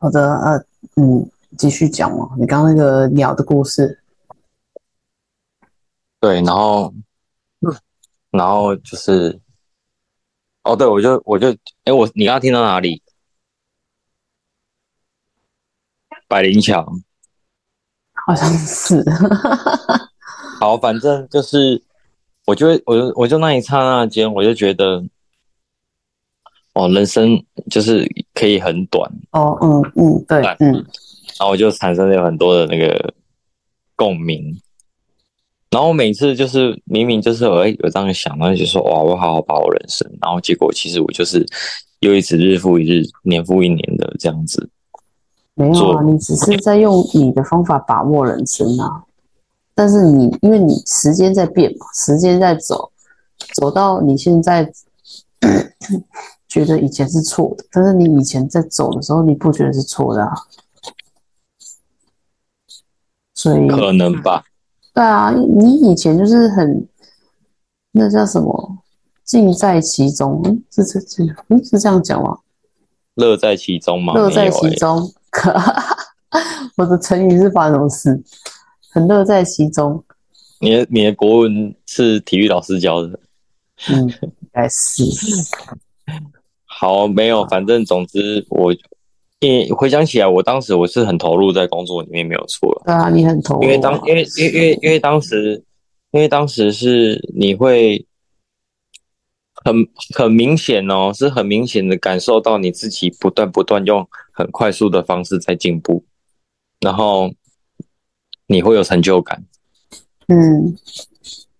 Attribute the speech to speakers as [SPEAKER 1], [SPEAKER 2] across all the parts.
[SPEAKER 1] 好的，呃，嗯，继续讲哦。你刚刚那个鸟的故事，
[SPEAKER 2] 对，然后，然后就是，哦，对，我就我就，哎，我你刚刚听到哪里？百灵桥。
[SPEAKER 1] 好像是，
[SPEAKER 2] 好，反正就是，我就会，我就我就那一刹那间，我就觉得，哦，人生就是可以很短，
[SPEAKER 1] 哦，嗯嗯，对，
[SPEAKER 2] 哎
[SPEAKER 1] 嗯
[SPEAKER 2] 然后我就产生了很多的那个共鸣。然后每次就是明明就是我会有这样想，然后就说哇，我好好把握人生。然后结果其实我就是又一直日复一日、年复一年的这样子。
[SPEAKER 1] 没有
[SPEAKER 2] 做
[SPEAKER 1] 啊，你只是在用你的方法把握人生啊。但是你因为你时间在变嘛，时间在走，走到你现在 觉得以前是错的，但是你以前在走的时候，你不觉得是错的啊？所以
[SPEAKER 2] 可能吧，
[SPEAKER 1] 对啊，你以前就是很，那叫什么？尽在其中，嗯是这这，嗯是这样讲吗？
[SPEAKER 2] 乐在其中嘛，
[SPEAKER 1] 乐在
[SPEAKER 2] 没有
[SPEAKER 1] 其
[SPEAKER 2] 欸
[SPEAKER 1] 中， 我的成语是发生什么事？很乐在其中，
[SPEAKER 2] 你的你的国文是体育老师教的。
[SPEAKER 1] 嗯，应该是，
[SPEAKER 2] 好，没
[SPEAKER 1] 啊
[SPEAKER 2] 有，反正总之我，因回想起来，我当时我是很投入在工作里面，没有错了。
[SPEAKER 1] 对啊，你很投入啊，
[SPEAKER 2] 因为当因为因为因为因为当时，因为当时是你会很很明显哦，是很明显的感受到你自己不断不断用很快速的方式在进步，然后你会有成就感。
[SPEAKER 1] 嗯，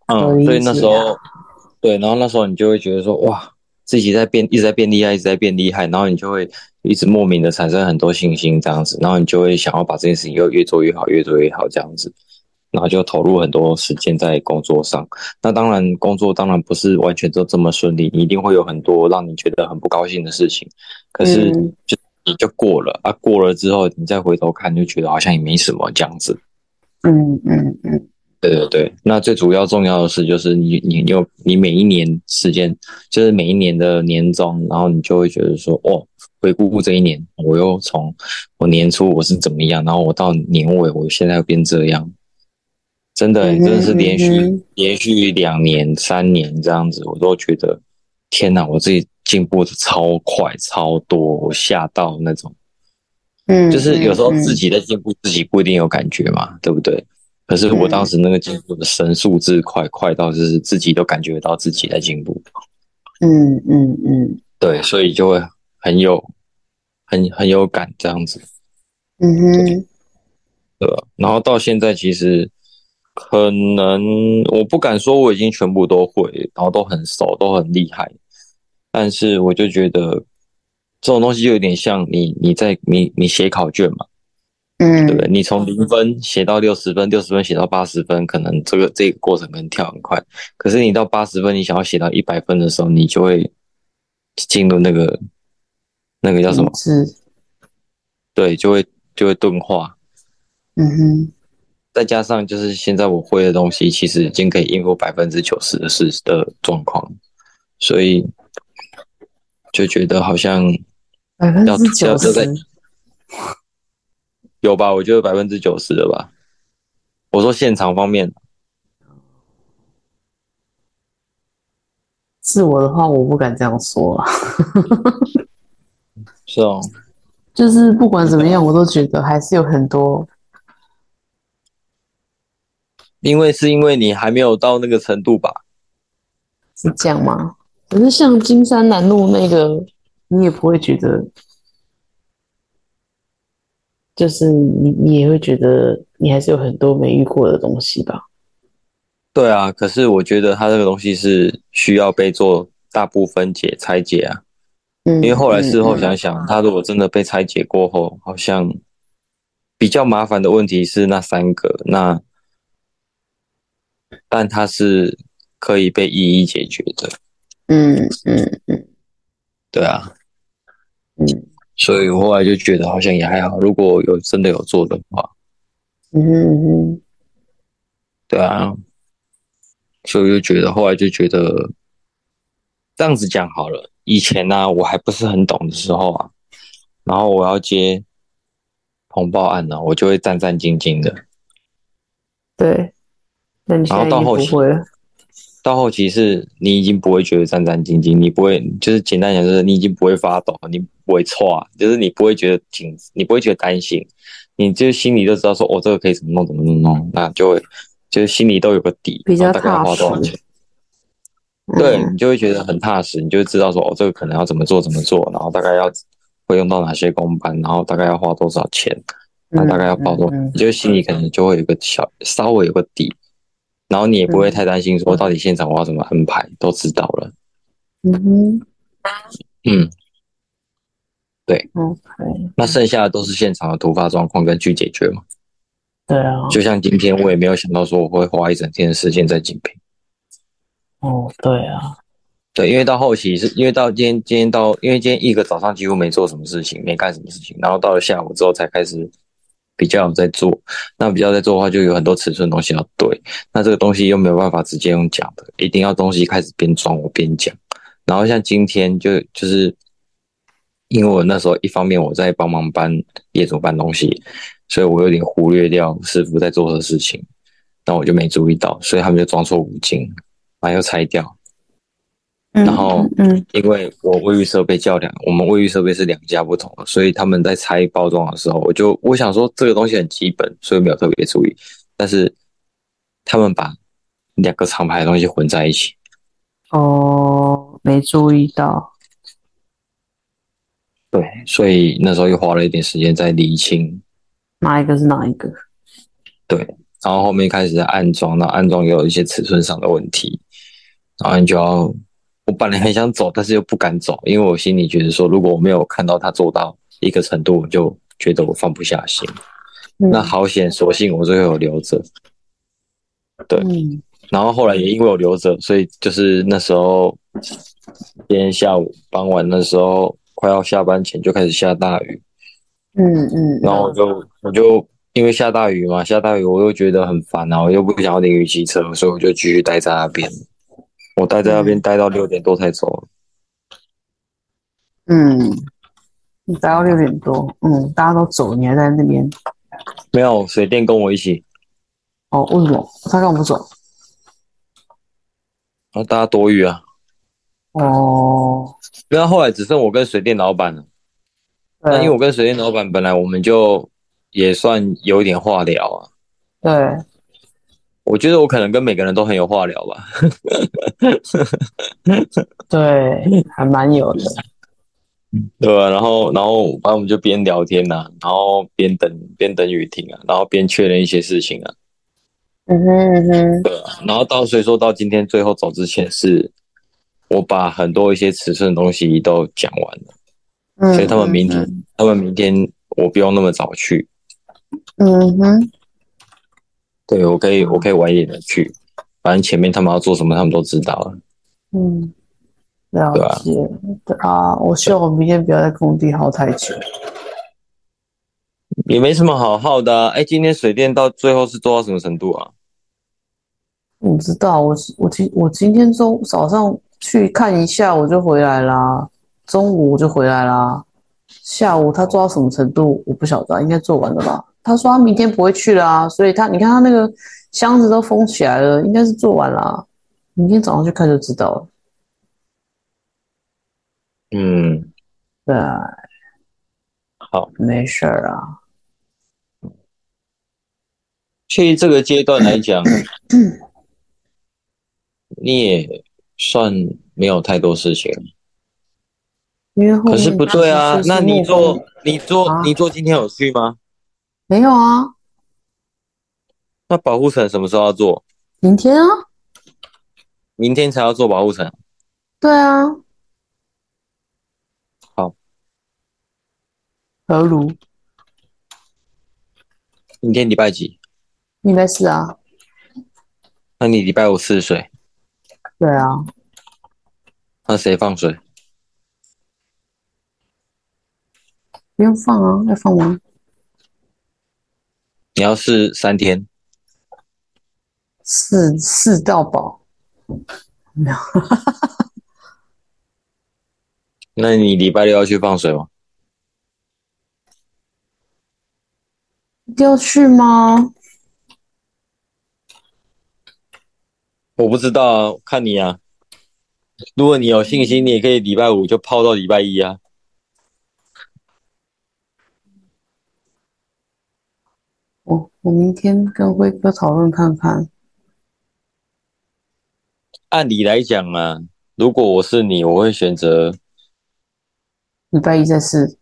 [SPEAKER 1] 我
[SPEAKER 2] 嗯，
[SPEAKER 1] 理
[SPEAKER 2] 所以那
[SPEAKER 1] 解
[SPEAKER 2] 时候
[SPEAKER 1] 啊，
[SPEAKER 2] 对，然后那时候你就会觉得说，哇，自己在变，一直在变厉害，一直在变厉害，然后你就会一直莫名的产生很多信心，这样子，然后你就会想要把这件事情又越做越好，越做越好这样子，然后就投入很多时间在工作上。那当然，工作当然不是完全都这么顺利，你一定会有很多让你觉得很不高兴的事情，可是
[SPEAKER 1] 嗯
[SPEAKER 2] 就你就过了啊，过了之后你再回头看，就觉得好像也没什么这样子。
[SPEAKER 1] 嗯嗯嗯，
[SPEAKER 2] 对对对，那最主要重要的是，就是你你你有你每一年时间，就是每一年的年终，然后你就会觉得说，哦，回顾这一年，我又从我年初我是怎么样，然后我到年尾，我现在又变这样，真的、欸
[SPEAKER 1] 嗯哼
[SPEAKER 2] 真的是连续、
[SPEAKER 1] 嗯哼
[SPEAKER 2] 连续两年、三年这样子，我都觉得天哪，我自己进步的超快、超多，我吓到那种。
[SPEAKER 1] 嗯，
[SPEAKER 2] 就是有时候自
[SPEAKER 1] 己，
[SPEAKER 2] 己在进步，自己不一定有感觉嘛，对不对？可是我
[SPEAKER 1] 嗯
[SPEAKER 2] 当时那个进步的神速之快，快到就是自己都感觉到自己在进步，
[SPEAKER 1] 嗯嗯嗯
[SPEAKER 2] 对，所以就会很有很很有感这样子，
[SPEAKER 1] 嗯哼，
[SPEAKER 2] 对吧？然后到现在其实可能我不敢说我已经全部都会，然后都很熟，都很厉害，但是我就觉得这种东西就有点像你你在你你写考卷嘛。
[SPEAKER 1] 嗯，
[SPEAKER 2] 对不对？你从零分写到六十分，六十分写到八十分，可能这个这个过程可能跳很快。可是你到八十分，你想要写到一百分的时候，你就会进入那个那个叫什么？
[SPEAKER 1] 是，
[SPEAKER 2] 对，就会就会钝化。
[SPEAKER 1] 嗯哼，
[SPEAKER 2] 再加上就是现在我会的东西，其实已经可以应付百分之九十的事的状况，所以就觉得好像
[SPEAKER 1] 百分
[SPEAKER 2] 要
[SPEAKER 1] 之九
[SPEAKER 2] 要
[SPEAKER 1] 十，
[SPEAKER 2] 在有吧？我觉得百分之九十了吧。我说现场方面，
[SPEAKER 1] 是我的话，我不敢这样说啊。
[SPEAKER 2] 是哦，
[SPEAKER 1] 就是不管怎么样，我都觉得还是有很多，
[SPEAKER 2] 因为是因为你还没有到那个程度吧？
[SPEAKER 1] 是这样吗？可是像金山南路那个，你也不会觉得，就是你你也会觉得你还是有很多没遇过的东西吧？
[SPEAKER 2] 对啊，可是我觉得它这个东西是需要被做大部分解拆解啊，
[SPEAKER 1] 嗯，
[SPEAKER 2] 因为后来事后想
[SPEAKER 1] 嗯
[SPEAKER 2] 想，它如果真的被拆解过后，好像比较麻烦的问题是那三个，那但它是可以被一一解决的，
[SPEAKER 1] 嗯嗯嗯
[SPEAKER 2] 对啊，
[SPEAKER 1] 嗯
[SPEAKER 2] 所以我后来就觉得好像也还好，如果有真的有做的话，
[SPEAKER 1] 嗯嗯
[SPEAKER 2] 对啊，所以我就觉得，后来就觉得这样子啊讲好了。以前呢、我还不是很懂的时候啊，然后我要接红报案呢、我就会战战兢兢的。
[SPEAKER 1] 对，那你现在
[SPEAKER 2] 然后
[SPEAKER 1] 已经
[SPEAKER 2] 到后期
[SPEAKER 1] 不会了，
[SPEAKER 2] 到后期是你已经不会觉得战战兢兢，你不会就是简单讲就是你已经不会发抖，你不会错，啊就是你不会觉得紧，你不会觉得担心，你就心里就知道说哦这个可以怎么弄怎么弄弄，那就会就是心里都有个底，
[SPEAKER 1] 比较
[SPEAKER 2] 然后大概要
[SPEAKER 1] 踏
[SPEAKER 2] 花多少
[SPEAKER 1] 实
[SPEAKER 2] 钱。对
[SPEAKER 1] 嗯
[SPEAKER 2] 你就会觉得很踏实，你就会知道说哦，这个可能要怎么做怎么做，然后大概要会用到哪些公班，然后大概要花多少钱，那大概要报多，
[SPEAKER 1] 嗯嗯嗯
[SPEAKER 2] 你就心里可能就会有个小稍微有个底，然后你也不会太担心说到底现场我要怎么安排，都知道了。
[SPEAKER 1] 嗯哼
[SPEAKER 2] 嗯，
[SPEAKER 1] ，OK，
[SPEAKER 2] 那剩下的都是现场的突发状况跟去解决嘛。
[SPEAKER 1] 对啊，
[SPEAKER 2] 就像今天我也没有想到说我会花一整天的时间在精品。
[SPEAKER 1] 哦，对啊，
[SPEAKER 2] 对，因为到后期是因为到今天，今天到因为今天一个早上几乎没做什么事情，没干什么事情，然后到了下午之后才开始比较有在做。那比较在做的话，就有很多尺寸的东西要对。那这个东西又没有办法直接用讲的，一定要东西开始边装我边讲。然后像今天就就是因为我那时候一方面我在帮忙搬业主搬东西，所以我有点忽略掉师傅在做的事情，那我就没注意到，所以他们就装错五金，然后又拆掉。
[SPEAKER 1] 然
[SPEAKER 2] 然后
[SPEAKER 1] 嗯
[SPEAKER 2] 因为我卫浴设备较量，我们卫浴设备是两家不同的，所以他们在拆包装的时候，我就我想说这个东西很基本，所以没有特别注意。但是他们把两个厂牌的东西混在一起，
[SPEAKER 1] 哦，没注意到，
[SPEAKER 2] 对，所以那时候又花了一点时间在厘清，
[SPEAKER 1] 哪一个是哪一个？
[SPEAKER 2] 然后后面开始在安装，那安装也有一些尺寸上的问题，然后你就要，我本来很想走，但是又不敢走，因为我心里觉得说，如果我没有看到他做到一个程度，我就觉得我放不下心。
[SPEAKER 1] 嗯
[SPEAKER 2] 那好险，索性我最后有留着。对
[SPEAKER 1] 嗯
[SPEAKER 2] 然后后来也因为我留着，所以就是那时候今天下午傍晚的时候，快要下班前就开始下大雨，
[SPEAKER 1] 嗯嗯，
[SPEAKER 2] 然后我就我就因为下大雨嘛，下大雨我又觉得很烦啊，我又不想要淋雨骑车，所以我就继续待在那边。我待在那边待到六点多才走了，
[SPEAKER 1] 嗯，你待到六点多，嗯，大家都走，你还在那边，
[SPEAKER 2] 没有水电跟我一起，
[SPEAKER 1] 哦，为什么他干嘛不走？
[SPEAKER 2] 然后大家多余啊。
[SPEAKER 1] 哦，
[SPEAKER 2] 然后后来只剩我跟水电老板了。那因为
[SPEAKER 1] 对
[SPEAKER 2] 我跟水电老板本来我们就也算有一点话聊啊，
[SPEAKER 1] 对，
[SPEAKER 2] 我觉得我可能跟每个人都很有话聊吧。
[SPEAKER 1] 对，还蛮有 的。
[SPEAKER 2] 对啊，然后然后反正我们就边聊天呐、然后边等边等雨停啊，然后边确认一些事情啊，
[SPEAKER 1] 嗯哼嗯哼，
[SPEAKER 2] 然后到所以说到今天最后走之前是，我把很多一些尺寸的东西都讲完了，
[SPEAKER 1] 嗯
[SPEAKER 2] 所以他们明天、他们明天我不用那么早去，
[SPEAKER 1] 嗯哼，
[SPEAKER 2] 对我可以我可以晚一点的去，反正前面他们要做什么他们都知道了，
[SPEAKER 1] 嗯，了
[SPEAKER 2] 对啊
[SPEAKER 1] 解。对啊，我希望我明天不要在工地耗太久。
[SPEAKER 2] 也没什么好耗的、啊。哎，今天水电到最后是做到什么程度啊？
[SPEAKER 1] 我知道，我我今我今天中早上去看一下，我就回来啦。中午我就回来啦。下午他做到什么程度，我不晓得啊，应该做完了吧？他说他明天不会去啦，所以他你看他那个箱子都封起来了，应该是做完啦。明天早上去看就知道了。
[SPEAKER 2] 嗯，
[SPEAKER 1] 对啊，
[SPEAKER 2] 好。
[SPEAKER 1] 没事儿啊。
[SPEAKER 2] 去这个阶段来讲，你也算没有太多事情。
[SPEAKER 1] 因为后
[SPEAKER 2] 可
[SPEAKER 1] 面
[SPEAKER 2] 是不对啊
[SPEAKER 1] 就，是
[SPEAKER 2] 那你
[SPEAKER 1] 木
[SPEAKER 2] 做
[SPEAKER 1] 工
[SPEAKER 2] 你做
[SPEAKER 1] 啊
[SPEAKER 2] 你做今天有去吗？
[SPEAKER 1] 没有啊？
[SPEAKER 2] 那保护层什么时候要做？
[SPEAKER 1] 明天啊？
[SPEAKER 2] 明天才要做保护层。
[SPEAKER 1] 对啊。
[SPEAKER 2] 好，
[SPEAKER 1] 何如？
[SPEAKER 2] 明天礼拜几？
[SPEAKER 1] 你没事啊？
[SPEAKER 2] 那你礼拜五试水，
[SPEAKER 1] 对啊，
[SPEAKER 2] 那谁放水？
[SPEAKER 1] 不用放啊，要放吗？
[SPEAKER 2] 你要试三天，
[SPEAKER 1] 四四到饱，没有
[SPEAKER 2] 那你礼拜六要去放水吗？
[SPEAKER 1] 要去吗？
[SPEAKER 2] 我不知道啊，看你啊。如果你有信心，你也可以礼拜五就泡到礼拜一啊。
[SPEAKER 1] 我哦我明天跟辉哥讨论看看。
[SPEAKER 2] 按理来讲啊，如果我是你，我会选择
[SPEAKER 1] 礼拜一再试，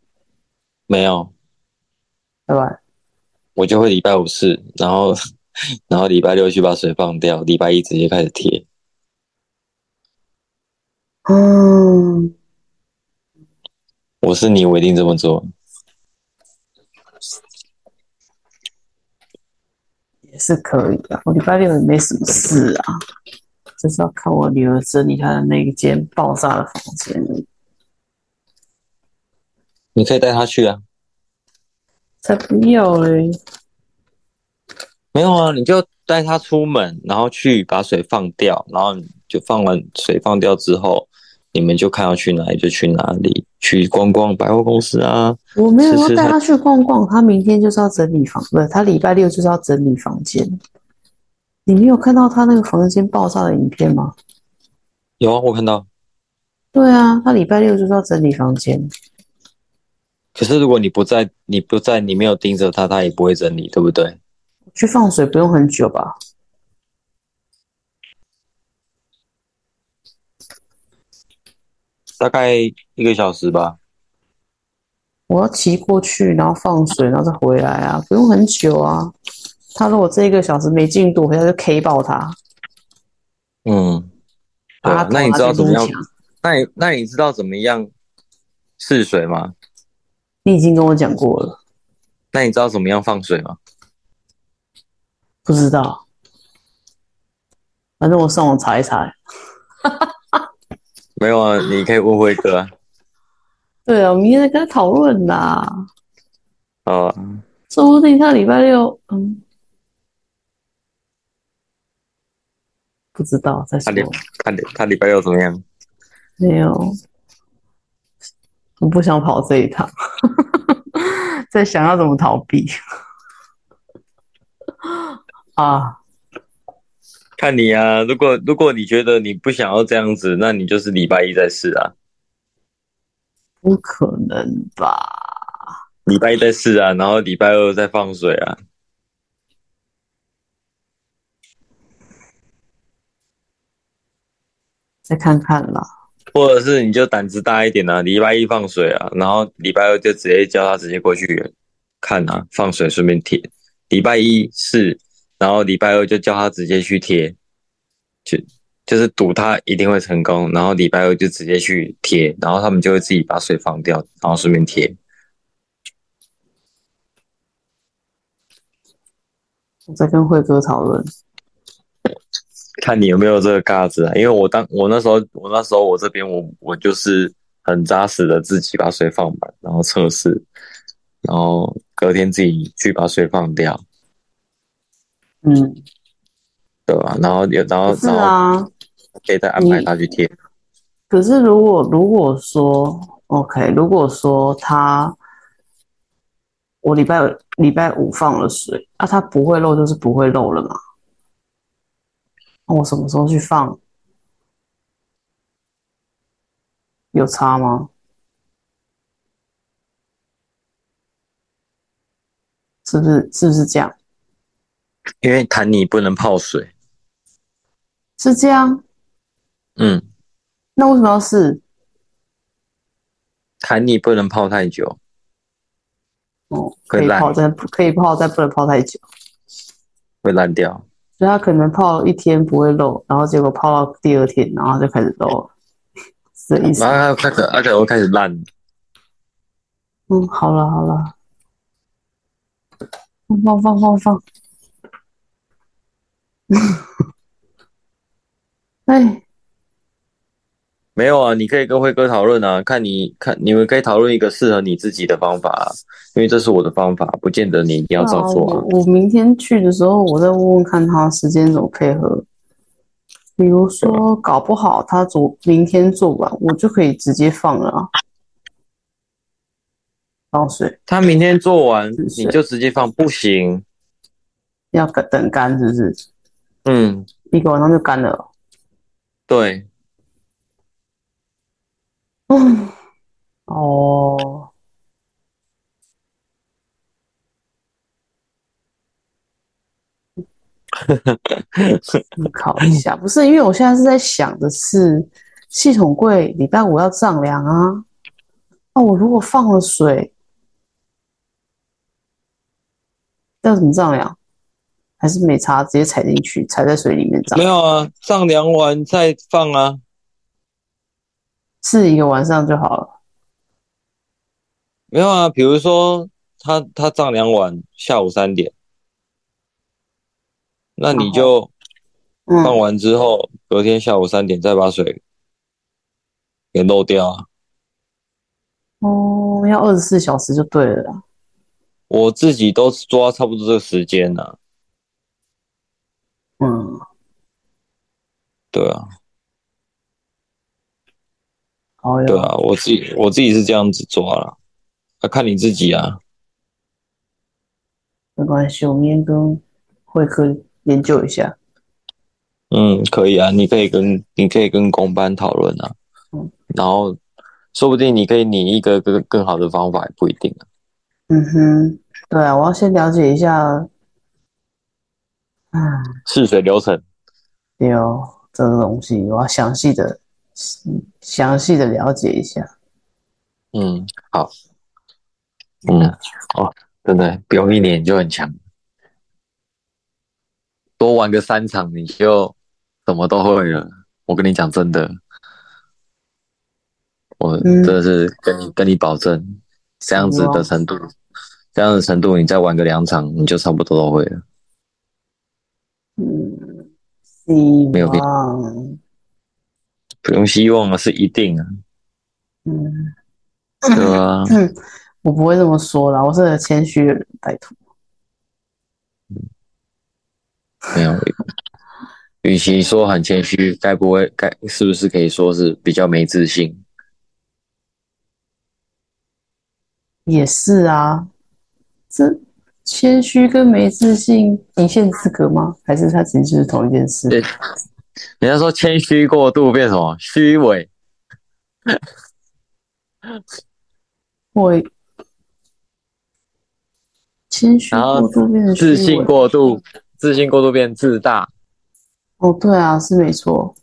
[SPEAKER 2] 没有，
[SPEAKER 1] 拜拜。
[SPEAKER 2] 我就会礼拜五试，然后 然后礼拜六去把水放掉，礼拜一直接开始贴。
[SPEAKER 1] 嗯，
[SPEAKER 2] 我是你，我一定这么做。
[SPEAKER 1] 也是可以的。我礼拜六也没什么事啊，就是要看我女儿整理她的那一间爆炸的房间，
[SPEAKER 2] 你可以带他去啊，
[SPEAKER 1] 才不要嘞！
[SPEAKER 2] 没有啊，你就带他出门，然后去把水放掉，然后你就放完水放掉之后，你们就看要去哪里就去哪里，去逛逛百货公司啊。
[SPEAKER 1] 我没有
[SPEAKER 2] 是
[SPEAKER 1] 要
[SPEAKER 2] 是
[SPEAKER 1] 带
[SPEAKER 2] 他
[SPEAKER 1] 她去逛逛，她明天就是要整理房，不是她礼拜六就是要整理房间。你没有看到她那个房间爆炸的影片吗？
[SPEAKER 2] 有啊，我看到。
[SPEAKER 1] 对啊，她礼拜六就是要整理房间。
[SPEAKER 2] 可是如果你不在，你不在，你没有盯着他，他也不会整理，对不对？
[SPEAKER 1] 去放水不用很久吧？
[SPEAKER 2] 大概一个小时吧。
[SPEAKER 1] 我要骑过去，然后放水，然后再回来啊，不用很久啊。他如果这一个小时没进度，回家就 K 爆他，
[SPEAKER 2] 嗯，
[SPEAKER 1] 把
[SPEAKER 2] 对啊
[SPEAKER 1] 他。
[SPEAKER 2] 那你知道怎么样
[SPEAKER 1] 头拿去撸墙？
[SPEAKER 2] 那你那你知道怎么样试水吗？
[SPEAKER 1] 你已经跟我讲过了，
[SPEAKER 2] 那你知道怎么样放水吗？
[SPEAKER 1] 不知道。反正我上网查一查。
[SPEAKER 2] 没有啊，你可以问辉哥啊。
[SPEAKER 1] 对啊，我明天再跟他讨论啦，
[SPEAKER 2] 好啊
[SPEAKER 1] 说不定他礼拜六，嗯，不知道再说
[SPEAKER 2] 他。礼他礼他礼拜六怎么样？
[SPEAKER 1] 没有，我不想跑这一趟， 在想要怎么逃避 啊？
[SPEAKER 2] 看你啊，如果如果你觉得你不想要这样子，那你就是礼拜一再试啊，
[SPEAKER 1] 不可能吧？
[SPEAKER 2] 礼拜一再试啊，然后礼拜二再放水啊。
[SPEAKER 1] 再看看啦。
[SPEAKER 2] 或者是你就胆子大一点啊，礼拜一放水啊，然后礼拜二就直接叫他直接过去看啊，放水顺便贴。礼拜一是，然后礼拜二就叫他直接去贴，就就是赌他一定会成功，然后礼拜二就直接去贴，然后他们就会自己把水放掉，然后顺便贴。
[SPEAKER 1] 我再跟慧哥讨论。
[SPEAKER 2] 看你有没有这个嘎子啊？因为我当我那时候，我那时候我这边我我就是很扎实的自己把水放满，然后测试，然后隔天自己去把水放掉，
[SPEAKER 1] 嗯，
[SPEAKER 2] 对吧？然后有然后
[SPEAKER 1] 是
[SPEAKER 2] 然后
[SPEAKER 1] 啊。
[SPEAKER 2] 可以再安排他去贴，
[SPEAKER 1] 可是如果如果说 OK，如果说他我礼拜礼拜五放了水，啊，他不会漏就是不会漏了嘛。那我什么时候去放？有差吗？是不是是不是这样？
[SPEAKER 2] 因为弹泥不能泡水。
[SPEAKER 1] 是这样？
[SPEAKER 2] 嗯，
[SPEAKER 1] 那为什么要试？
[SPEAKER 2] 弹泥不能泡太久，
[SPEAKER 1] 哦，
[SPEAKER 2] 会
[SPEAKER 1] 可以
[SPEAKER 2] 烂
[SPEAKER 1] 泡，但不可以泡，但不能泡太久。
[SPEAKER 2] 会烂掉。
[SPEAKER 1] 所以它可能泡一天不会漏，然后结果泡到第二天，然后它就开始漏了，是这意思
[SPEAKER 2] 然
[SPEAKER 1] 吗？
[SPEAKER 2] 后他可他可能会开始烂。
[SPEAKER 1] 嗯，好了好了，放放放放放，哎，
[SPEAKER 2] 没有啊，你可以跟辉哥讨论啊，看你看你们可以讨论一个适合你自己的方法啊，因为这是我的方法，不见得你一定要照做啊。
[SPEAKER 1] 哦我我明天去的时候，我再问问看他时间怎么配合。比如说，搞不好他昨明天做完，我就可以直接放了啊。放水
[SPEAKER 2] 他明天做完
[SPEAKER 1] 是是
[SPEAKER 2] 你就直接放，不行，
[SPEAKER 1] 要等等干是不是？
[SPEAKER 2] 嗯，
[SPEAKER 1] 一个晚上就干了。
[SPEAKER 2] 对，
[SPEAKER 1] 嗯，哦，思考一下，不是因为我现在是在想的是，系统柜礼拜五要丈量啊。那我如果放了水，要怎么丈量？还是没差，直接踩进去，踩在水里面丈
[SPEAKER 2] 没，有啊，丈量完再放啊，
[SPEAKER 1] 是一个晚上就好了。
[SPEAKER 2] 没有啊，比如说他他丈量完下午三点，那你就
[SPEAKER 1] 嗯，
[SPEAKER 2] 放完之后，隔天下午三点再把水给漏掉啊。
[SPEAKER 1] 哦，要二十四小时就对了啦。
[SPEAKER 2] 我自己都抓差不多这个时间啊呢、
[SPEAKER 1] 嗯，
[SPEAKER 2] 对啊，
[SPEAKER 1] 好
[SPEAKER 2] 对
[SPEAKER 1] 哦有，
[SPEAKER 2] 啊，我自己我自己是这样子抓了，啊，看你自己啊。
[SPEAKER 1] 没关系，我明天跟会科研究一下。
[SPEAKER 2] 嗯，可以啊，你可以跟你可以跟工班讨论啊
[SPEAKER 1] 嗯，
[SPEAKER 2] 然后说不定你可以拟一个更更好的方法，也不一定啊。
[SPEAKER 1] 嗯哼，对啊，我要先了解一下。啊，
[SPEAKER 2] 试水流程，
[SPEAKER 1] 对哦，这个东西我要详细的、详细的了解一下。
[SPEAKER 2] 嗯，好，嗯，哦，真的，不用一年就很强，多玩个三场你就什么都会了。我跟你讲真的，我
[SPEAKER 1] 嗯
[SPEAKER 2] 真的是跟你、跟你保证，这样子的程度，这样的程度，你再玩个两场，你就差不多都会了。
[SPEAKER 1] 嗯，希
[SPEAKER 2] 没有必
[SPEAKER 1] 望，
[SPEAKER 2] 不用希望了，是一定 啊，
[SPEAKER 1] 嗯，
[SPEAKER 2] 对啊吧、
[SPEAKER 1] 我不会这么说啦，我是个谦虚的人，拜托。
[SPEAKER 2] 没有，与其说很谦虚，该不会该是不是可以说是比较没自信？
[SPEAKER 1] 也是啊，这谦虚跟没自信一线之隔吗？还是它其实就是同一件事？
[SPEAKER 2] 对人家说谦虚过度变什么虚伪？
[SPEAKER 1] 我谦虚过度变成虚伪
[SPEAKER 2] 自信过度，自信过度变自大。
[SPEAKER 1] 哦，对啊，是没错。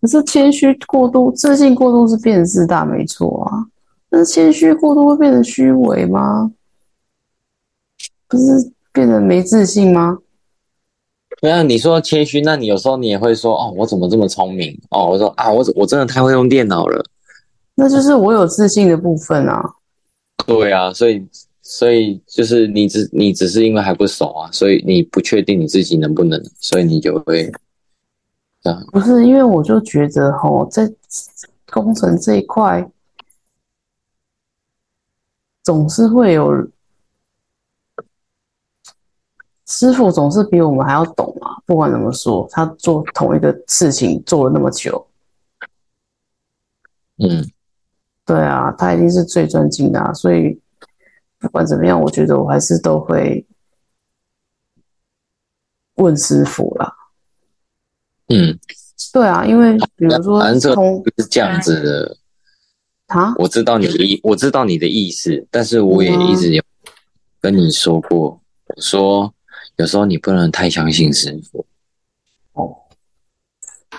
[SPEAKER 1] 可是谦虚过度、自信过度是变成自大，没错啊。但是谦虚过度会变成虚伪吗？不是变得没自信吗？
[SPEAKER 2] 没有，你说谦虚，那你有时候你也会说哦，我怎么这么聪明？哦，我说啊，我我真的太会用电脑了。
[SPEAKER 1] 那就是我有自信的部分啊。
[SPEAKER 2] 对啊，所以所以就是你只你只是因为还不熟啊，所以你不确定你自己能不能，所以你就会这样。
[SPEAKER 1] 不是，因为我就觉得吼，在工程这一块，总是会有师傅总是比我们还要懂啊。不管怎么说，他做同一个事情做了那么久，
[SPEAKER 2] 嗯，
[SPEAKER 1] 对啊，他一定是最专精的啊。所以不管怎么样，我觉得我还是都会问师傅啦。
[SPEAKER 2] 嗯，
[SPEAKER 1] 对啊，因为比如说
[SPEAKER 2] 反正这
[SPEAKER 1] 通
[SPEAKER 2] 是这样子的。
[SPEAKER 1] 啊，
[SPEAKER 2] 我知道你的意，我知道你的意思，但是我也一直有跟你说过，我说有时候你不能太相信师傅。
[SPEAKER 1] 哦，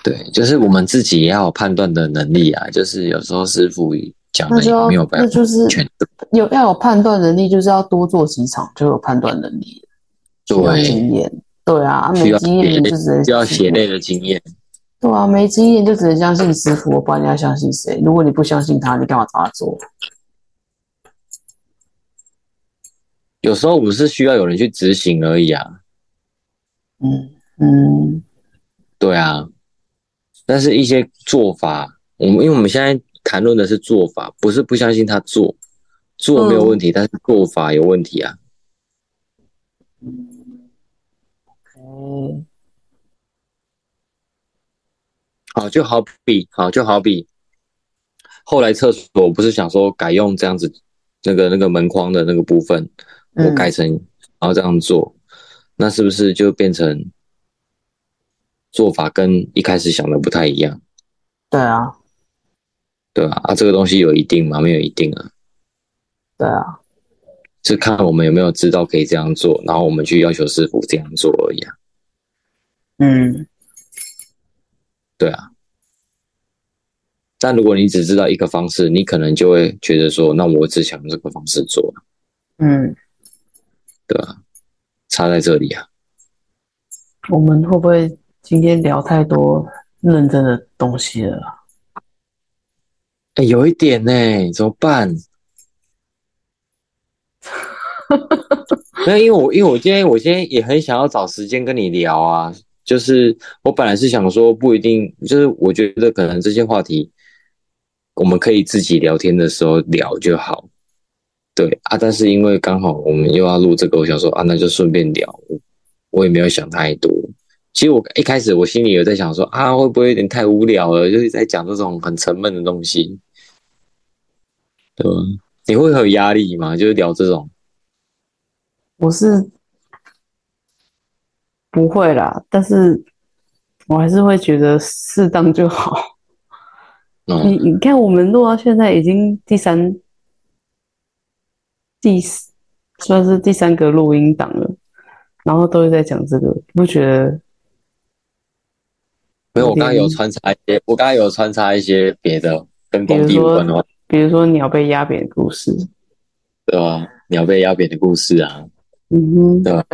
[SPEAKER 2] 对，就是我们自己也要有判断的能力啊，就是有时候师傅讲
[SPEAKER 1] 那
[SPEAKER 2] 的
[SPEAKER 1] 就要
[SPEAKER 2] 也没有办
[SPEAKER 1] 那
[SPEAKER 2] 法
[SPEAKER 1] 就是
[SPEAKER 2] 全对。
[SPEAKER 1] 有要有判断能力，就是要多做几场就有判断能力了，需要经验。对啊，啊
[SPEAKER 2] 需
[SPEAKER 1] 没
[SPEAKER 2] 要
[SPEAKER 1] 经验
[SPEAKER 2] 血
[SPEAKER 1] 你就只能
[SPEAKER 2] 泪，需要血泪的经验。
[SPEAKER 1] 对啊，没经验就只能相信师傅，不然你要相信谁？如果你不相信他，你干嘛找他做？
[SPEAKER 2] 有时候不是需要有人去执行而已啊，
[SPEAKER 1] 嗯嗯，
[SPEAKER 2] 对啊。但是一些做法，我们因为我们现在谈论的是做法，不是不相信他做，做没有问题，但是做法有问题啊。
[SPEAKER 1] 哦，
[SPEAKER 2] 好，就好比好，就好比后来厕所不是想说改用这样子那个那个门框的那个部分，我
[SPEAKER 1] 嗯
[SPEAKER 2] 改成然后这样做，那是不是就变成做法跟一开始想的不太一样，
[SPEAKER 1] 对啊，
[SPEAKER 2] 对吧、啊？这个东西有一定吗？没有一定啊，
[SPEAKER 1] 对啊，
[SPEAKER 2] 是看我们有没有知道可以这样做，然后我们去要求师傅这样做而已啊，
[SPEAKER 1] 嗯，
[SPEAKER 2] 对啊。但如果你只知道一个方式，你可能就会觉得说，那我只想用这个方式做，
[SPEAKER 1] 嗯，
[SPEAKER 2] 对吧、差在这里啊。
[SPEAKER 1] 我们会不会今天聊太多认真的东西了啊？
[SPEAKER 2] 哎、有一点呢、怎么办？没有，因为我因为我今天我今天也很想要找时间跟你聊啊，就是我本来是想说不一定，就是我觉得可能这些话题我们可以自己聊天的时候聊就好，对啊，但是因为刚好我们又要录这个，我想说啊，那就顺便聊，我我也没有想太多。其实我一开始我心里有在想说啊，会不会有点太无聊了，就是在讲这种很沉闷的东西，对吧？你会有压力吗？就是聊这种。
[SPEAKER 1] 我是不会啦，但是我还是会觉得适当就好。
[SPEAKER 2] 嗯。
[SPEAKER 1] 你你看，我们录到现在已经第三、第四算是第三个录音档了，然后都是在讲这个，不觉得？
[SPEAKER 2] 没有，我刚刚有
[SPEAKER 1] 嗯
[SPEAKER 2] 穿插一些，我刚刚有穿插一些别的跟工
[SPEAKER 1] 比
[SPEAKER 2] 地
[SPEAKER 1] 如
[SPEAKER 2] 无
[SPEAKER 1] 说
[SPEAKER 2] 关的话，
[SPEAKER 1] 比如说鸟被压扁的故事，
[SPEAKER 2] 对吧？鸟被压扁的故事啊，
[SPEAKER 1] 嗯哼，
[SPEAKER 2] 对吧？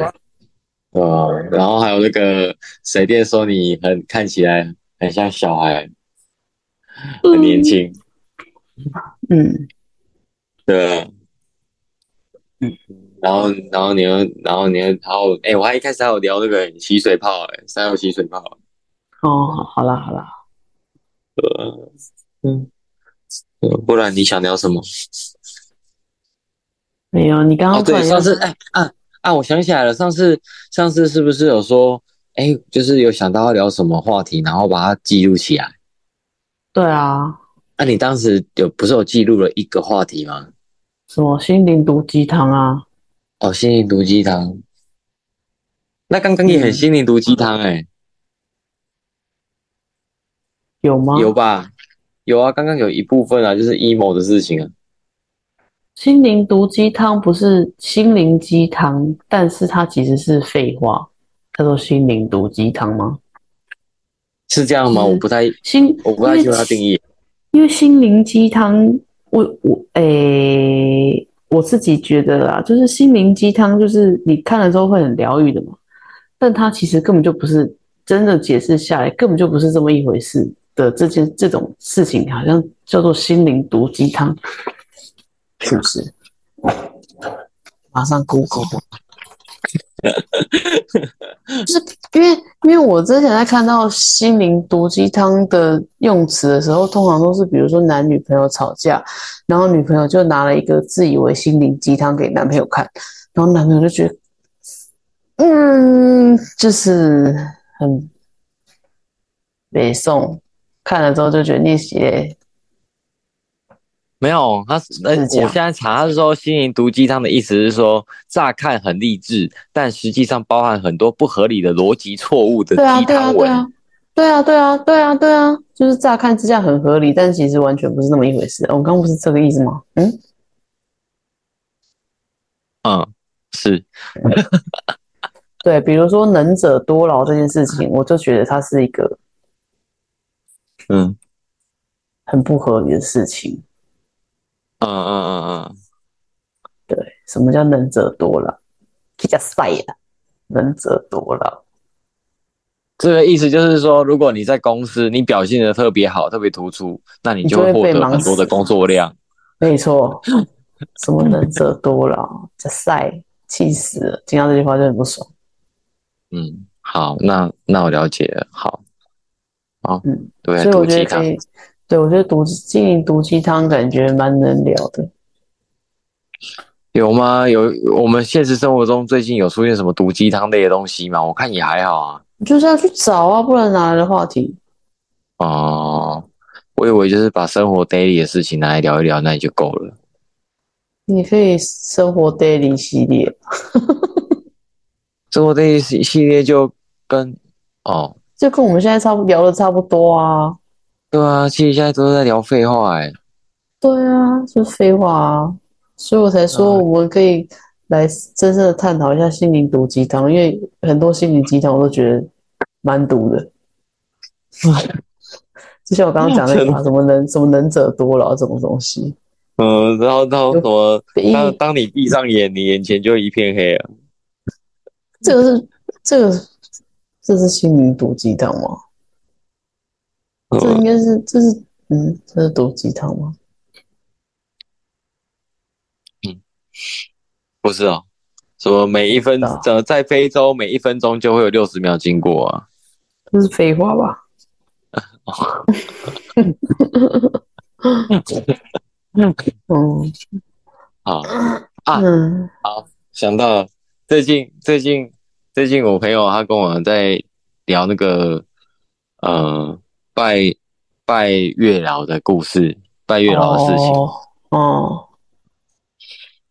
[SPEAKER 2] 对吧？然后还有那个水电说你很看起来很像小孩，很年轻，
[SPEAKER 1] 嗯，
[SPEAKER 2] 对吧。
[SPEAKER 1] 嗯
[SPEAKER 2] 然后，然后你又，然后你又，然后，哎、我还一开始还有聊那个起水泡、哎，三六起水泡，
[SPEAKER 1] 哦，好啦好啦，
[SPEAKER 2] 呃，嗯，呃不然你想聊什么？
[SPEAKER 1] 没有，你刚
[SPEAKER 2] 哦，
[SPEAKER 1] 刚突
[SPEAKER 2] 对，
[SPEAKER 1] 然
[SPEAKER 2] 上
[SPEAKER 1] 要
[SPEAKER 2] 次哎啊啊，我想起来了，上次上次是不是有说，哎，就是有想到要聊什么话题，然后把它记录起来？
[SPEAKER 1] 对啊，
[SPEAKER 2] 那、你当时有不是有记录了一个话题吗？
[SPEAKER 1] 什么心灵毒鸡汤啊，
[SPEAKER 2] 哦，心灵毒鸡汤。那刚刚也很
[SPEAKER 1] 嗯
[SPEAKER 2] 心灵毒鸡汤哎、
[SPEAKER 1] 有吗？
[SPEAKER 2] 有吧？有啊，刚刚有一部分啊，就是 emo 的事情啊。
[SPEAKER 1] 心灵毒鸡汤不是心灵鸡汤，但是它其实是废话，叫做心灵毒鸡汤吗？
[SPEAKER 2] 是这样吗？
[SPEAKER 1] 是
[SPEAKER 2] 我不太，
[SPEAKER 1] 心，
[SPEAKER 2] 我不太
[SPEAKER 1] 因
[SPEAKER 2] 清
[SPEAKER 1] 为
[SPEAKER 2] 楚它定义。啊
[SPEAKER 1] 因为心灵鸡汤，我我诶、我自己觉得啦，就是心灵鸡汤，就是你看了之后会很疗愈的嘛，但它其实根本就不是真的解释下来，根本就不是这么一回事的这件这种事情，好像叫做心灵毒鸡汤，是不是？马上 Google。就是因为因为我之前在看到心灵毒鸡汤的用词的时候，通常都是比如说男女朋友吵架，然后女朋友就拿了一个自以为心灵鸡汤给男朋友看，然后男朋友就觉得，嗯，就是很北宋，看了之后就觉得那些
[SPEAKER 2] 没有，他是呃，
[SPEAKER 1] 是这样
[SPEAKER 2] 我现在查，他是说心灵毒鸡汤的意思是说，乍看很励志，但实际上包含很多不合理的逻辑错误的
[SPEAKER 1] 对啊
[SPEAKER 2] 鸡
[SPEAKER 1] 对啊
[SPEAKER 2] 汤
[SPEAKER 1] 对
[SPEAKER 2] 文。
[SPEAKER 1] 啊对啊对啊对啊对啊，就是乍看之下很合理，但其实完全不是那么一回事。我刚刚不是这个意思吗？嗯。
[SPEAKER 2] 嗯，是
[SPEAKER 1] 对，比如说能者多劳这件事情，我就觉得它是一个
[SPEAKER 2] 嗯，
[SPEAKER 1] 很不合理的事情。
[SPEAKER 2] 嗯嗯嗯嗯
[SPEAKER 1] 对，什么叫能者多劳？比较帅呀，能者多劳。
[SPEAKER 2] 这个意思就是说，如果你在公司你表现的特别好、特别突出，那你就
[SPEAKER 1] 你
[SPEAKER 2] 会
[SPEAKER 1] 就会
[SPEAKER 2] 获
[SPEAKER 1] 被
[SPEAKER 2] 得
[SPEAKER 1] 忙
[SPEAKER 2] 很多的
[SPEAKER 1] 死
[SPEAKER 2] 工作量。
[SPEAKER 1] 没 错，什么能者多劳，这帅，气死了！听到这句话就很不爽。
[SPEAKER 2] 嗯，好，那那我了解了。好，好，
[SPEAKER 1] 嗯，
[SPEAKER 2] 对，
[SPEAKER 1] 所以我
[SPEAKER 2] 毒
[SPEAKER 1] 觉
[SPEAKER 2] 鸡
[SPEAKER 1] 得可
[SPEAKER 2] 汤，
[SPEAKER 1] 以，对我觉得毒经营毒鸡汤感觉蛮能聊的。
[SPEAKER 2] 有吗？有，我们现实生活中最近有出现什么毒鸡汤类的东西吗？我看也还好啊。
[SPEAKER 1] 你就是要去找啊，不然哪来的话题？
[SPEAKER 2] 哦，我以为就是把生活 daily 的事情拿来聊一聊，那也就够了。
[SPEAKER 1] 你可以生活 daily 系列，
[SPEAKER 2] 生活这一系系列就跟哦，
[SPEAKER 1] 就跟我们现在差不聊的差不多啊。
[SPEAKER 2] 对啊，其实现在都在聊废话哎、
[SPEAKER 1] 对啊，就废话啊，所以我才说
[SPEAKER 2] 嗯
[SPEAKER 1] 我们可以来真正的探讨一下心灵毒鸡汤，因为很多心灵鸡汤我都觉得蛮毒 的。就像我刚刚讲那个嘛，什么能什么能者多劳这种东西，
[SPEAKER 2] 嗯，然后到什么？
[SPEAKER 1] 因
[SPEAKER 2] 当
[SPEAKER 1] 为
[SPEAKER 2] 当你闭上眼，你眼前就一片黑啊了。
[SPEAKER 1] 这个是这个这是心灵毒鸡汤吗？这应
[SPEAKER 2] 嗯，
[SPEAKER 1] 该是这是嗯，这是毒鸡汤吗？
[SPEAKER 2] 不是哦，什么每一分
[SPEAKER 1] 不知道
[SPEAKER 2] 呃，在非洲每一分钟就会有六十秒经过啊。
[SPEAKER 1] 这是废话吧？嗯
[SPEAKER 2] 好，啊
[SPEAKER 1] 嗯，
[SPEAKER 2] 想到了，最近最近最近我朋友他跟我在聊那个呃拜拜月老的故事，拜月老的事情。
[SPEAKER 1] 哦哦，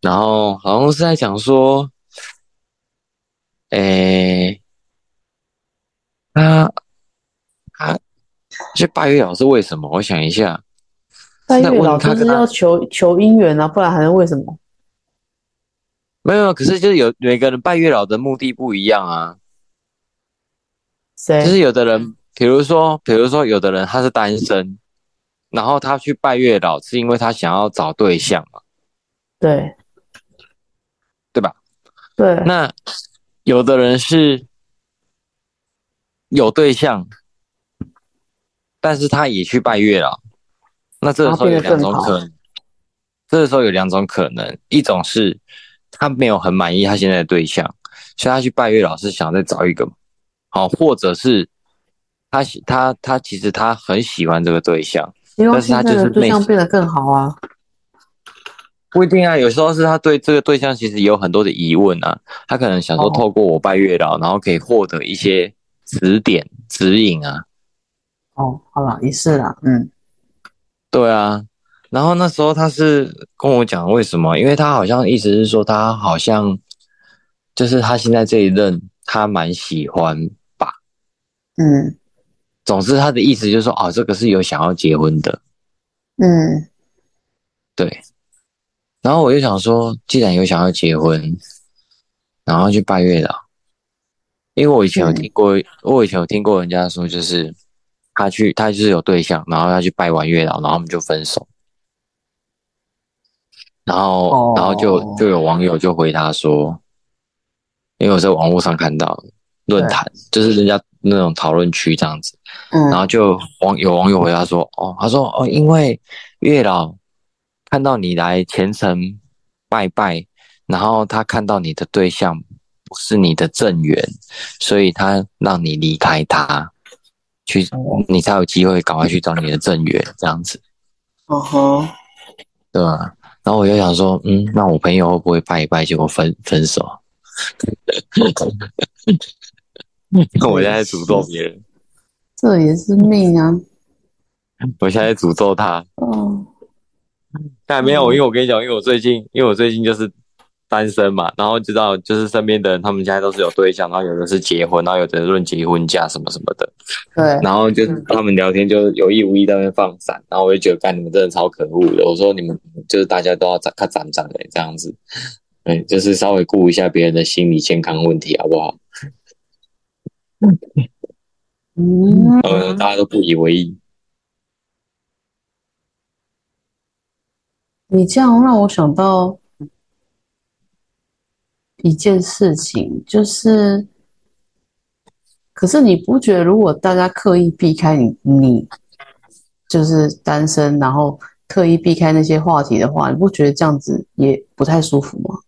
[SPEAKER 2] 然后好像是在讲说，诶、他他去拜月老是为什么？我想一下，
[SPEAKER 1] 拜
[SPEAKER 2] 那
[SPEAKER 1] 月
[SPEAKER 2] 问
[SPEAKER 1] 老
[SPEAKER 2] 他
[SPEAKER 1] 就是
[SPEAKER 2] 跟他
[SPEAKER 1] 要求求姻缘啊，不然还能为什么？
[SPEAKER 2] 没有，可是就是有每个人拜月老的目的不一样啊。
[SPEAKER 1] 谁？
[SPEAKER 2] 就是有的人，比如说，比如说，有的人他是单身，然后他去拜月老，是因为他想要找对象嘛，
[SPEAKER 1] 对
[SPEAKER 2] 对吧？
[SPEAKER 1] 对，
[SPEAKER 2] 那有的人是有对象，但是他也去拜月老，那这个时候有两种可能，这个时候有两种可能，一种是他没有很满意他现在的对象，所以他去拜月老是想再找一个，好，或者是他喜他他其实他很喜欢这个对象，
[SPEAKER 1] 因为
[SPEAKER 2] 但是他
[SPEAKER 1] 现在
[SPEAKER 2] 就
[SPEAKER 1] 的
[SPEAKER 2] 是
[SPEAKER 1] 对
[SPEAKER 2] 内
[SPEAKER 1] 象
[SPEAKER 2] 心
[SPEAKER 1] 变得更好啊。
[SPEAKER 2] 不一定啊，有时候是他对这个对象其实有很多的疑问啊，他可能想说
[SPEAKER 1] 哦
[SPEAKER 2] 透过我拜月老，然后可以获得一些指点指引啊，
[SPEAKER 1] 哦，好了，也是啦，嗯，
[SPEAKER 2] 对啊。然后那时候他是跟我讲为什么，因为他好像意思是说他好像就是他现在这一任他蛮喜欢吧，
[SPEAKER 1] 嗯
[SPEAKER 2] 总之他的意思就是说哦，这个是有想要结婚的，
[SPEAKER 1] 嗯，
[SPEAKER 2] 对。然后我就想说，既然有想要结婚，然后去拜月老，因为我以前有听过，我以前有听过人家说，就是他去，他就是有对象，然后他去拜完月老，然后他们就分手，然后，
[SPEAKER 1] 哦
[SPEAKER 2] 然后就就有网友就回他说，因为我在网络上看到论坛，就是人家那种讨论区这样子，
[SPEAKER 1] 嗯，
[SPEAKER 2] 然后就网有网友回答说，哦，他说哦，因为月老看到你来虔诚拜拜，然后他看到你的对象不是你的正缘，所以他让你离开他，去
[SPEAKER 1] 哦
[SPEAKER 2] 你才有机会赶快去找你的正缘，这样子，
[SPEAKER 1] 哦吼，
[SPEAKER 2] 对吧、然后我就想说，嗯，那我朋友会不会拜一拜，结果分 分手？我现在诅咒别人，
[SPEAKER 1] 这也是命啊，
[SPEAKER 2] 我现在诅咒他。
[SPEAKER 1] 哦，
[SPEAKER 2] 但没
[SPEAKER 1] 嗯
[SPEAKER 2] 有，因为我跟你讲，因为我最近，因为我最近就是单身嘛，然后知道就是身边的人，他们现在都是有对象，然后有的是结婚，然后有的论结婚假什么什么的，
[SPEAKER 1] 对，
[SPEAKER 2] 然后就是
[SPEAKER 1] 嗯
[SPEAKER 2] 他们聊天就是有意无意在那边放闪，然后我就觉得，干你们真的超可恶的，我说你们就是大家都要长看长长的这样子，对，就是稍微顾一下别人的心理健康问题好不好？
[SPEAKER 1] 嗯，
[SPEAKER 2] 呃，大家都不以为意，
[SPEAKER 1] 你这样让我想到一件事情，就是，可是你不觉得，如果大家刻意避开你，你就是单身，然后刻意避开那些话题的话，你不觉得这样子也不太舒服吗？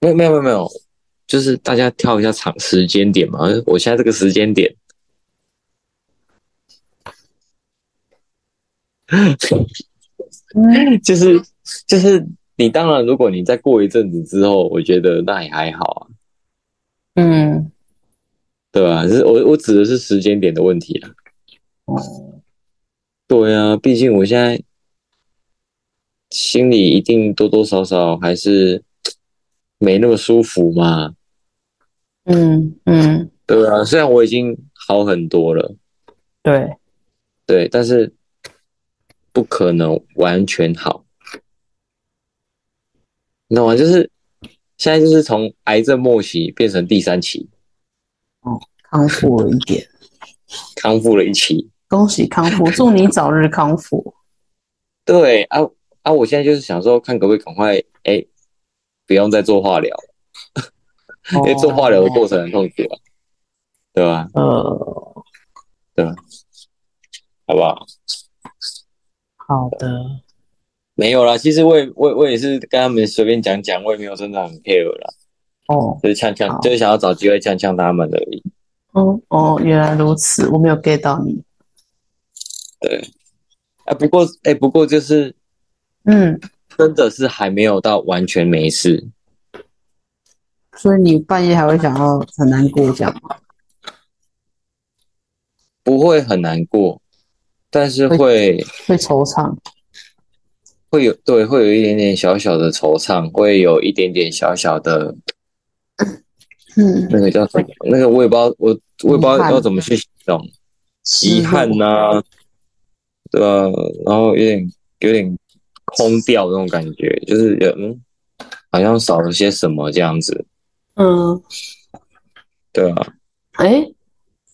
[SPEAKER 2] 没有没有没有没有，就是大家跳一下场时间点嘛，呃我现在这个时间点。
[SPEAKER 1] 嗯，
[SPEAKER 2] 就是就是你当然，如果你再过一阵子之后，我觉得那也还好啊，
[SPEAKER 1] 嗯，
[SPEAKER 2] 对吧、就是我我指的是时间点的问题啊。
[SPEAKER 1] 哦，
[SPEAKER 2] 对啊，毕竟我现在心里一定多多少少还是没那么舒服嘛。
[SPEAKER 1] 嗯嗯，
[SPEAKER 2] 对啊，虽然我已经好很多了，
[SPEAKER 1] 对，
[SPEAKER 2] 对，但是不可能完全好，你懂吗？就是现在就是从癌症末期变成第三期，
[SPEAKER 1] 康复了一点，
[SPEAKER 2] 康复了一期。
[SPEAKER 1] 恭喜康复，祝你早日康 复。
[SPEAKER 2] 对啊啊！我现在就是想说，看可不可以赶快哎、不用再做化疗，因为做化疗的过程很痛苦啊，对吧？
[SPEAKER 1] 呃，
[SPEAKER 2] 好不好？
[SPEAKER 1] 好的，
[SPEAKER 2] 没有啦，其实我也我也我也是跟他们随便讲讲，我也没有真的很 care 啦，
[SPEAKER 1] 哦
[SPEAKER 2] 就是呛
[SPEAKER 1] 好
[SPEAKER 2] 呛，就是想要找机会呛呛他们而已。
[SPEAKER 1] 哦哦，原来如此，我没有 get 到你。
[SPEAKER 2] 啊，不过哎、不过就是
[SPEAKER 1] 嗯，
[SPEAKER 2] 真的是还没有到完全没事，
[SPEAKER 1] 所以你半夜还会想要很难过这样吗？
[SPEAKER 2] 不会很难过，但是会
[SPEAKER 1] 会惆怅。
[SPEAKER 2] 会有对，会有一点点小小的惆怅，会有一点点小小的
[SPEAKER 1] 嗯，
[SPEAKER 2] 那个叫什么？那个我也不知道，我我也不知道要怎么去形容，遗憾
[SPEAKER 1] 失落
[SPEAKER 2] 呐、对吧、然后有点有点空掉那种感觉，就是有嗯，好像少了些什么这样子，
[SPEAKER 1] 嗯，
[SPEAKER 2] 对啊，
[SPEAKER 1] 哎，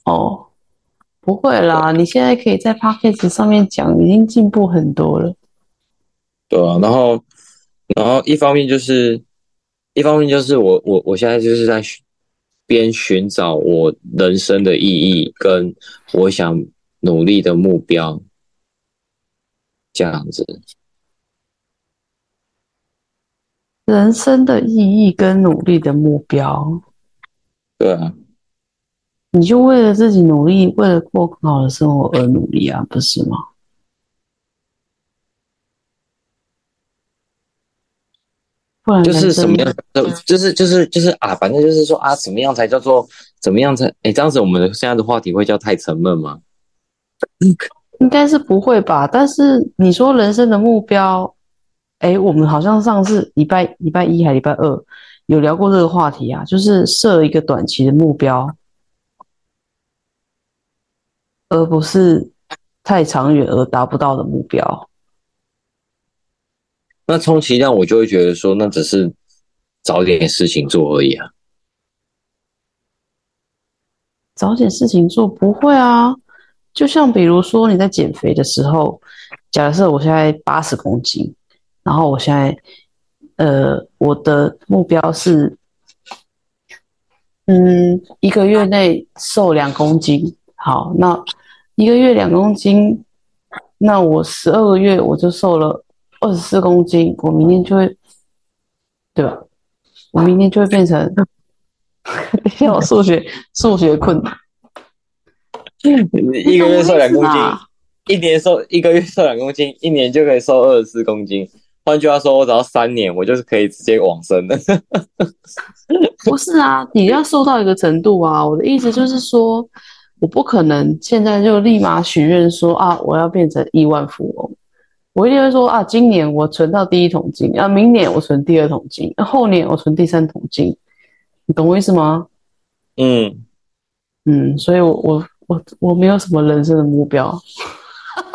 [SPEAKER 1] 哦，不会啦，你现在可以在 p o c k e t 上面讲，已经进步很多了。
[SPEAKER 2] 对啊。然后然后一方面就是，一方面就是我我我现在就是在寻边寻找我人生的意义，跟我想努力的目标，这样子。
[SPEAKER 1] 人生的意义跟努力的目标，
[SPEAKER 2] 对啊，
[SPEAKER 1] 你就为了自己努力，为了过更好的生活而努力啊，不是吗？不然
[SPEAKER 2] 就是
[SPEAKER 1] 哦人
[SPEAKER 2] 什
[SPEAKER 1] 生
[SPEAKER 2] 么样的，就是就是就是啊，反正就是说啊，怎么样才叫做怎么样才？哎，这样子我们现在的话题会叫太沉闷吗？
[SPEAKER 1] 应该是不会吧？但是你说人生的目标，哎，我们好像上次礼拜礼拜一还礼拜二有聊过这个话题啊，就是设一个短期的目标，而不是太长远而达不到的目标。
[SPEAKER 2] 那充其量我就会觉得说，那只是找点事情做而已啊。
[SPEAKER 1] 找点事情做不会啊，就像比如说你在减肥的时候，假设我现在八十公斤，然后我现在，呃，我的目标是，嗯，一个月内瘦两公斤。好，那一个月两公斤，那我十二个月我就瘦了二十四公斤，我明天就会，对吧？我明天就会变成，等一下我数学数学困难。
[SPEAKER 2] 一个月瘦两
[SPEAKER 1] 你懂我
[SPEAKER 2] 公
[SPEAKER 1] 意思
[SPEAKER 2] 斤，
[SPEAKER 1] 吧
[SPEAKER 2] 一年瘦一个月瘦两公斤，一年就可以瘦二十四公斤。换句话说，我只要三年，我就是可以直接往生的。
[SPEAKER 1] 不是啊，你要瘦到一个程度啊。我的意思就是说，我不可能现在就立马许愿说啊，我要变成亿万富翁。我一定会说啊，今年我存到第一桶金，啊，明年我存第二桶金，啊后年我存第三桶金。你懂我意思吗？
[SPEAKER 2] 嗯，
[SPEAKER 1] 嗯，所以我我我我没有什么人生的目标，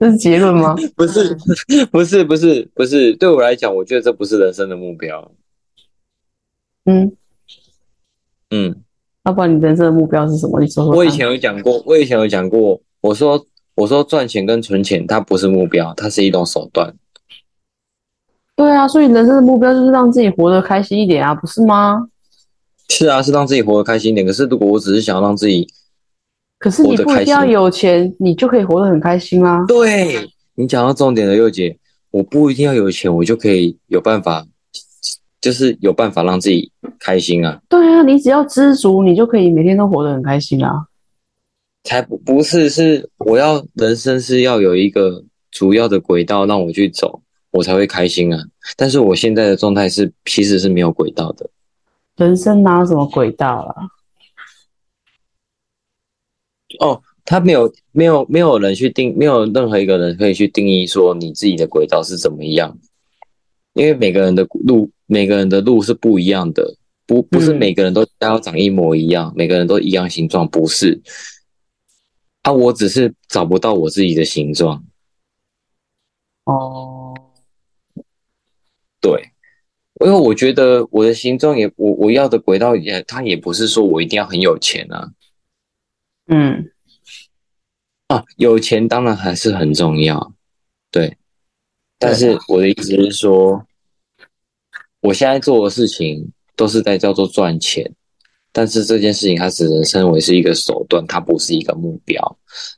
[SPEAKER 1] 这是结论吗？
[SPEAKER 2] 不是， 不是，不是，不是，对我来讲，我觉得这不是人生的目标。
[SPEAKER 1] 嗯，
[SPEAKER 2] 嗯。
[SPEAKER 1] 要、不然你人生的目标是什么？你说说看。
[SPEAKER 2] 我以前有讲过，我以前有讲过，我说我说赚钱跟存钱，它不是目标，它是一种手段。
[SPEAKER 1] 对啊，所以人生的目标就是让自己活得开心一点啊，不是吗？
[SPEAKER 2] 是啊，是让自己活得开心一点。可是如果我只是想要让自己，
[SPEAKER 1] 可是你不一定要有钱，你就可以活得很开心啊啦、
[SPEAKER 2] 对你讲到重点了，佑姐，我不一定要有钱，我就可以有办法，就是有办法让自己开心啊。
[SPEAKER 1] 对啊，你只要知足，你就可以每天都活得很开心啊啦、
[SPEAKER 2] 才不不是，是我要人生是要有一个主要的轨道让我去走，我才会开心啊。但是我现在的状态是其实是没有轨道的。
[SPEAKER 1] 人生哪有什么轨道啦、
[SPEAKER 2] 哦，他没有没有没有人去定，没有任何一个人可以去定义说你自己的轨道是怎么样，因为每个人的路，每个人的路是不一样的，不不是
[SPEAKER 1] 嗯
[SPEAKER 2] 每个人都要长一模一样，每个人都一样形状，不是。啊，我只是找不到我自己的形状，
[SPEAKER 1] 哦，
[SPEAKER 2] 对，因为我觉得我的形状也，我我要的轨道也，它也不是说我一定要很有钱啊，
[SPEAKER 1] 嗯
[SPEAKER 2] 啊，有钱当然还是很重要，对。但是我的意思是说，我现在做的事情都是在叫做赚钱，但是这件事情它只能称为是一个手段，它不是一个目标。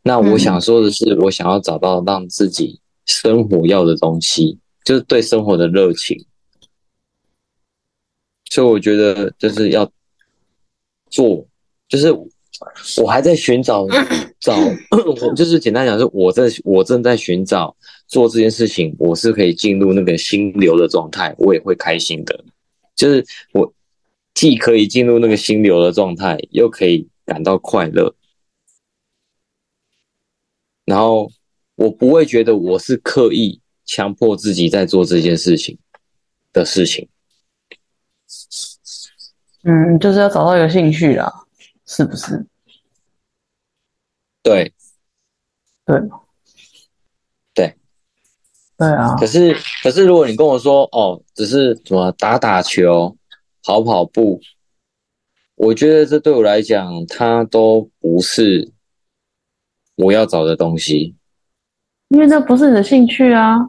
[SPEAKER 2] 那我想说的是，我想要找到让自己生活要的东西，就是对生活的热情。所以我觉得就是要做，就是我还在寻找找，我就是简单讲，是我在我正在寻找做这件事情，我是可以进入那个心流的状态，我也会开心的。就是我既可以进入那个心流的状态，又可以感到快乐，然后我不会觉得我是刻意强迫自己在做这件事情的事情。
[SPEAKER 1] 嗯，就是要找到有兴趣啦，是不是？
[SPEAKER 2] 对，
[SPEAKER 1] 对，
[SPEAKER 2] 对，
[SPEAKER 1] 对啊，
[SPEAKER 2] 可是可是如果你跟我说哦，只是什么打打球、跑跑步，我觉得这对我来讲，它都不是我要找的东西。
[SPEAKER 1] 因为那不是你的兴趣啊。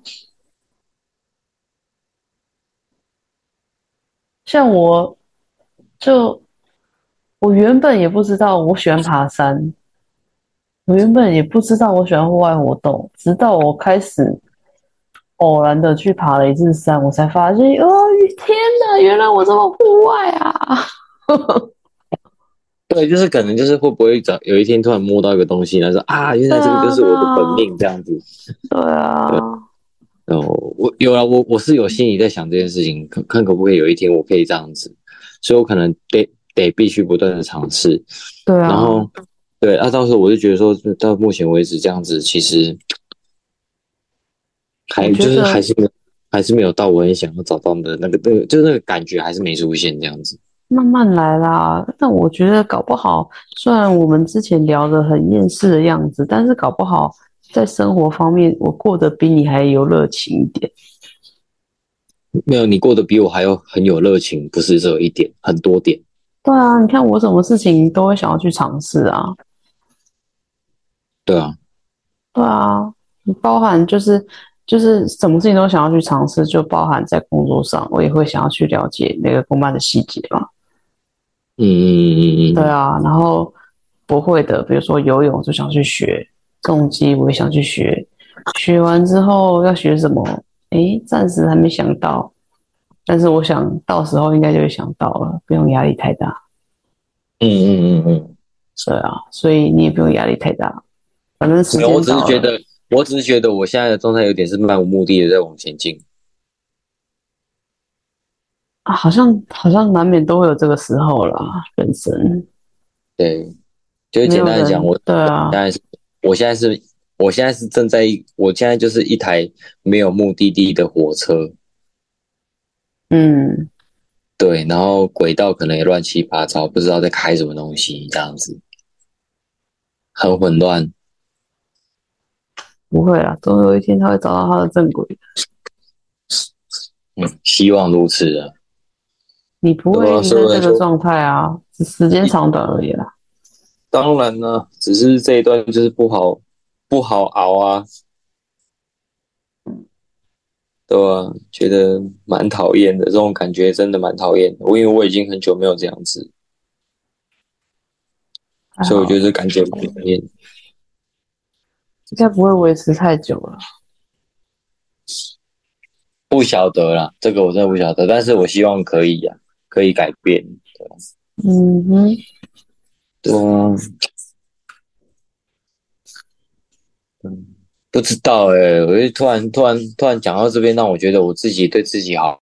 [SPEAKER 1] 像我，就我原本也不知道我喜欢爬山，我原本也不知道我喜欢户外活动，直到我开始偶然的去爬了一次山，我才发现，哦，天哪，原来我这么户外啊！
[SPEAKER 2] 对，就是可能就是会不会找有一天突然摸到一个东西，然后说啊，原来这个就是我的本命这样子。
[SPEAKER 1] 对啊，
[SPEAKER 2] 哦，我有啊，我我是有心里在想这件事情，看看可不可以有一天我可以这样子，所以我可能得得必须不断的尝试。
[SPEAKER 1] 对啊，
[SPEAKER 2] 然后，对，啊，到时候我就觉得说，就到目前为止这样子，其实还
[SPEAKER 1] 我觉得
[SPEAKER 2] 就是还是没有，还是没有到我很想要找到的那个那个，就是那个感觉还是没出现这样子。
[SPEAKER 1] 慢慢来啦，但我觉得搞不好，虽然我们之前聊的很厌世的样子，但是搞不好在生活方面，我过得比你还有热情一点。
[SPEAKER 2] 没有，你过得比我还要很有热情，不是只有一点，很多点。
[SPEAKER 1] 对啊，你看我什么事情都会想要去尝试啊。
[SPEAKER 2] 对啊，
[SPEAKER 1] 对啊，包含就是就是什么事情都想要去尝试，就包含在工作上，我也会想要去了解每个公办的细节嘛。啊
[SPEAKER 2] 嗯嗯嗯嗯嗯，
[SPEAKER 1] 对啊，然后不会的，比如说游泳就想去学，重击我也想去学，学完之后要学什么？诶，暂时还没想到，但是我想到时候应该就会想到了，不用压力太大。
[SPEAKER 2] 嗯嗯嗯嗯
[SPEAKER 1] 对啊，所以你也不用压力太大，反正时
[SPEAKER 2] 没有，
[SPEAKER 1] 间
[SPEAKER 2] 我只是
[SPEAKER 1] 到
[SPEAKER 2] 觉
[SPEAKER 1] 了
[SPEAKER 2] 得，我只是觉得我现在的状态有点是漫无目的的在往前进。
[SPEAKER 1] 啊，好像好像难免都会有这个时候啦，人生
[SPEAKER 2] 对，就是简单的
[SPEAKER 1] 没有
[SPEAKER 2] 讲，
[SPEAKER 1] 人
[SPEAKER 2] 我
[SPEAKER 1] 对啊
[SPEAKER 2] 现在是，我现在是，我现在是正在一，我现在就是一台没有目的地的火车，
[SPEAKER 1] 嗯，
[SPEAKER 2] 对，然后轨道可能也乱七八糟，不知道在开什么东西，这样子，很混乱。
[SPEAKER 1] 不会啦，总有一天他会找到他的正轨的。
[SPEAKER 2] 嗯，希望如此啊。
[SPEAKER 1] 你不会
[SPEAKER 2] 对啊
[SPEAKER 1] 在
[SPEAKER 2] 所以我来
[SPEAKER 1] 这个
[SPEAKER 2] 说
[SPEAKER 1] 状态啊，只时间长短而已啦。
[SPEAKER 2] 当然呢、只是这一段就是不好，不好熬啊。对啊，觉得蛮讨厌的，这种感觉真的蛮讨厌的。我因为我已经很久没有这样子，
[SPEAKER 1] 还
[SPEAKER 2] 所以我
[SPEAKER 1] 好
[SPEAKER 2] 觉得这感觉不讨厌。
[SPEAKER 1] 应该不会维持太久了。
[SPEAKER 2] 不晓得啦，这个我真的不晓得，但是我希望可以呀、啊可以改变。
[SPEAKER 1] 嗯哼，
[SPEAKER 2] 对啊，欸嗯，不知道哎、我就突然突然突然讲到这边，让我觉得我自己对自己好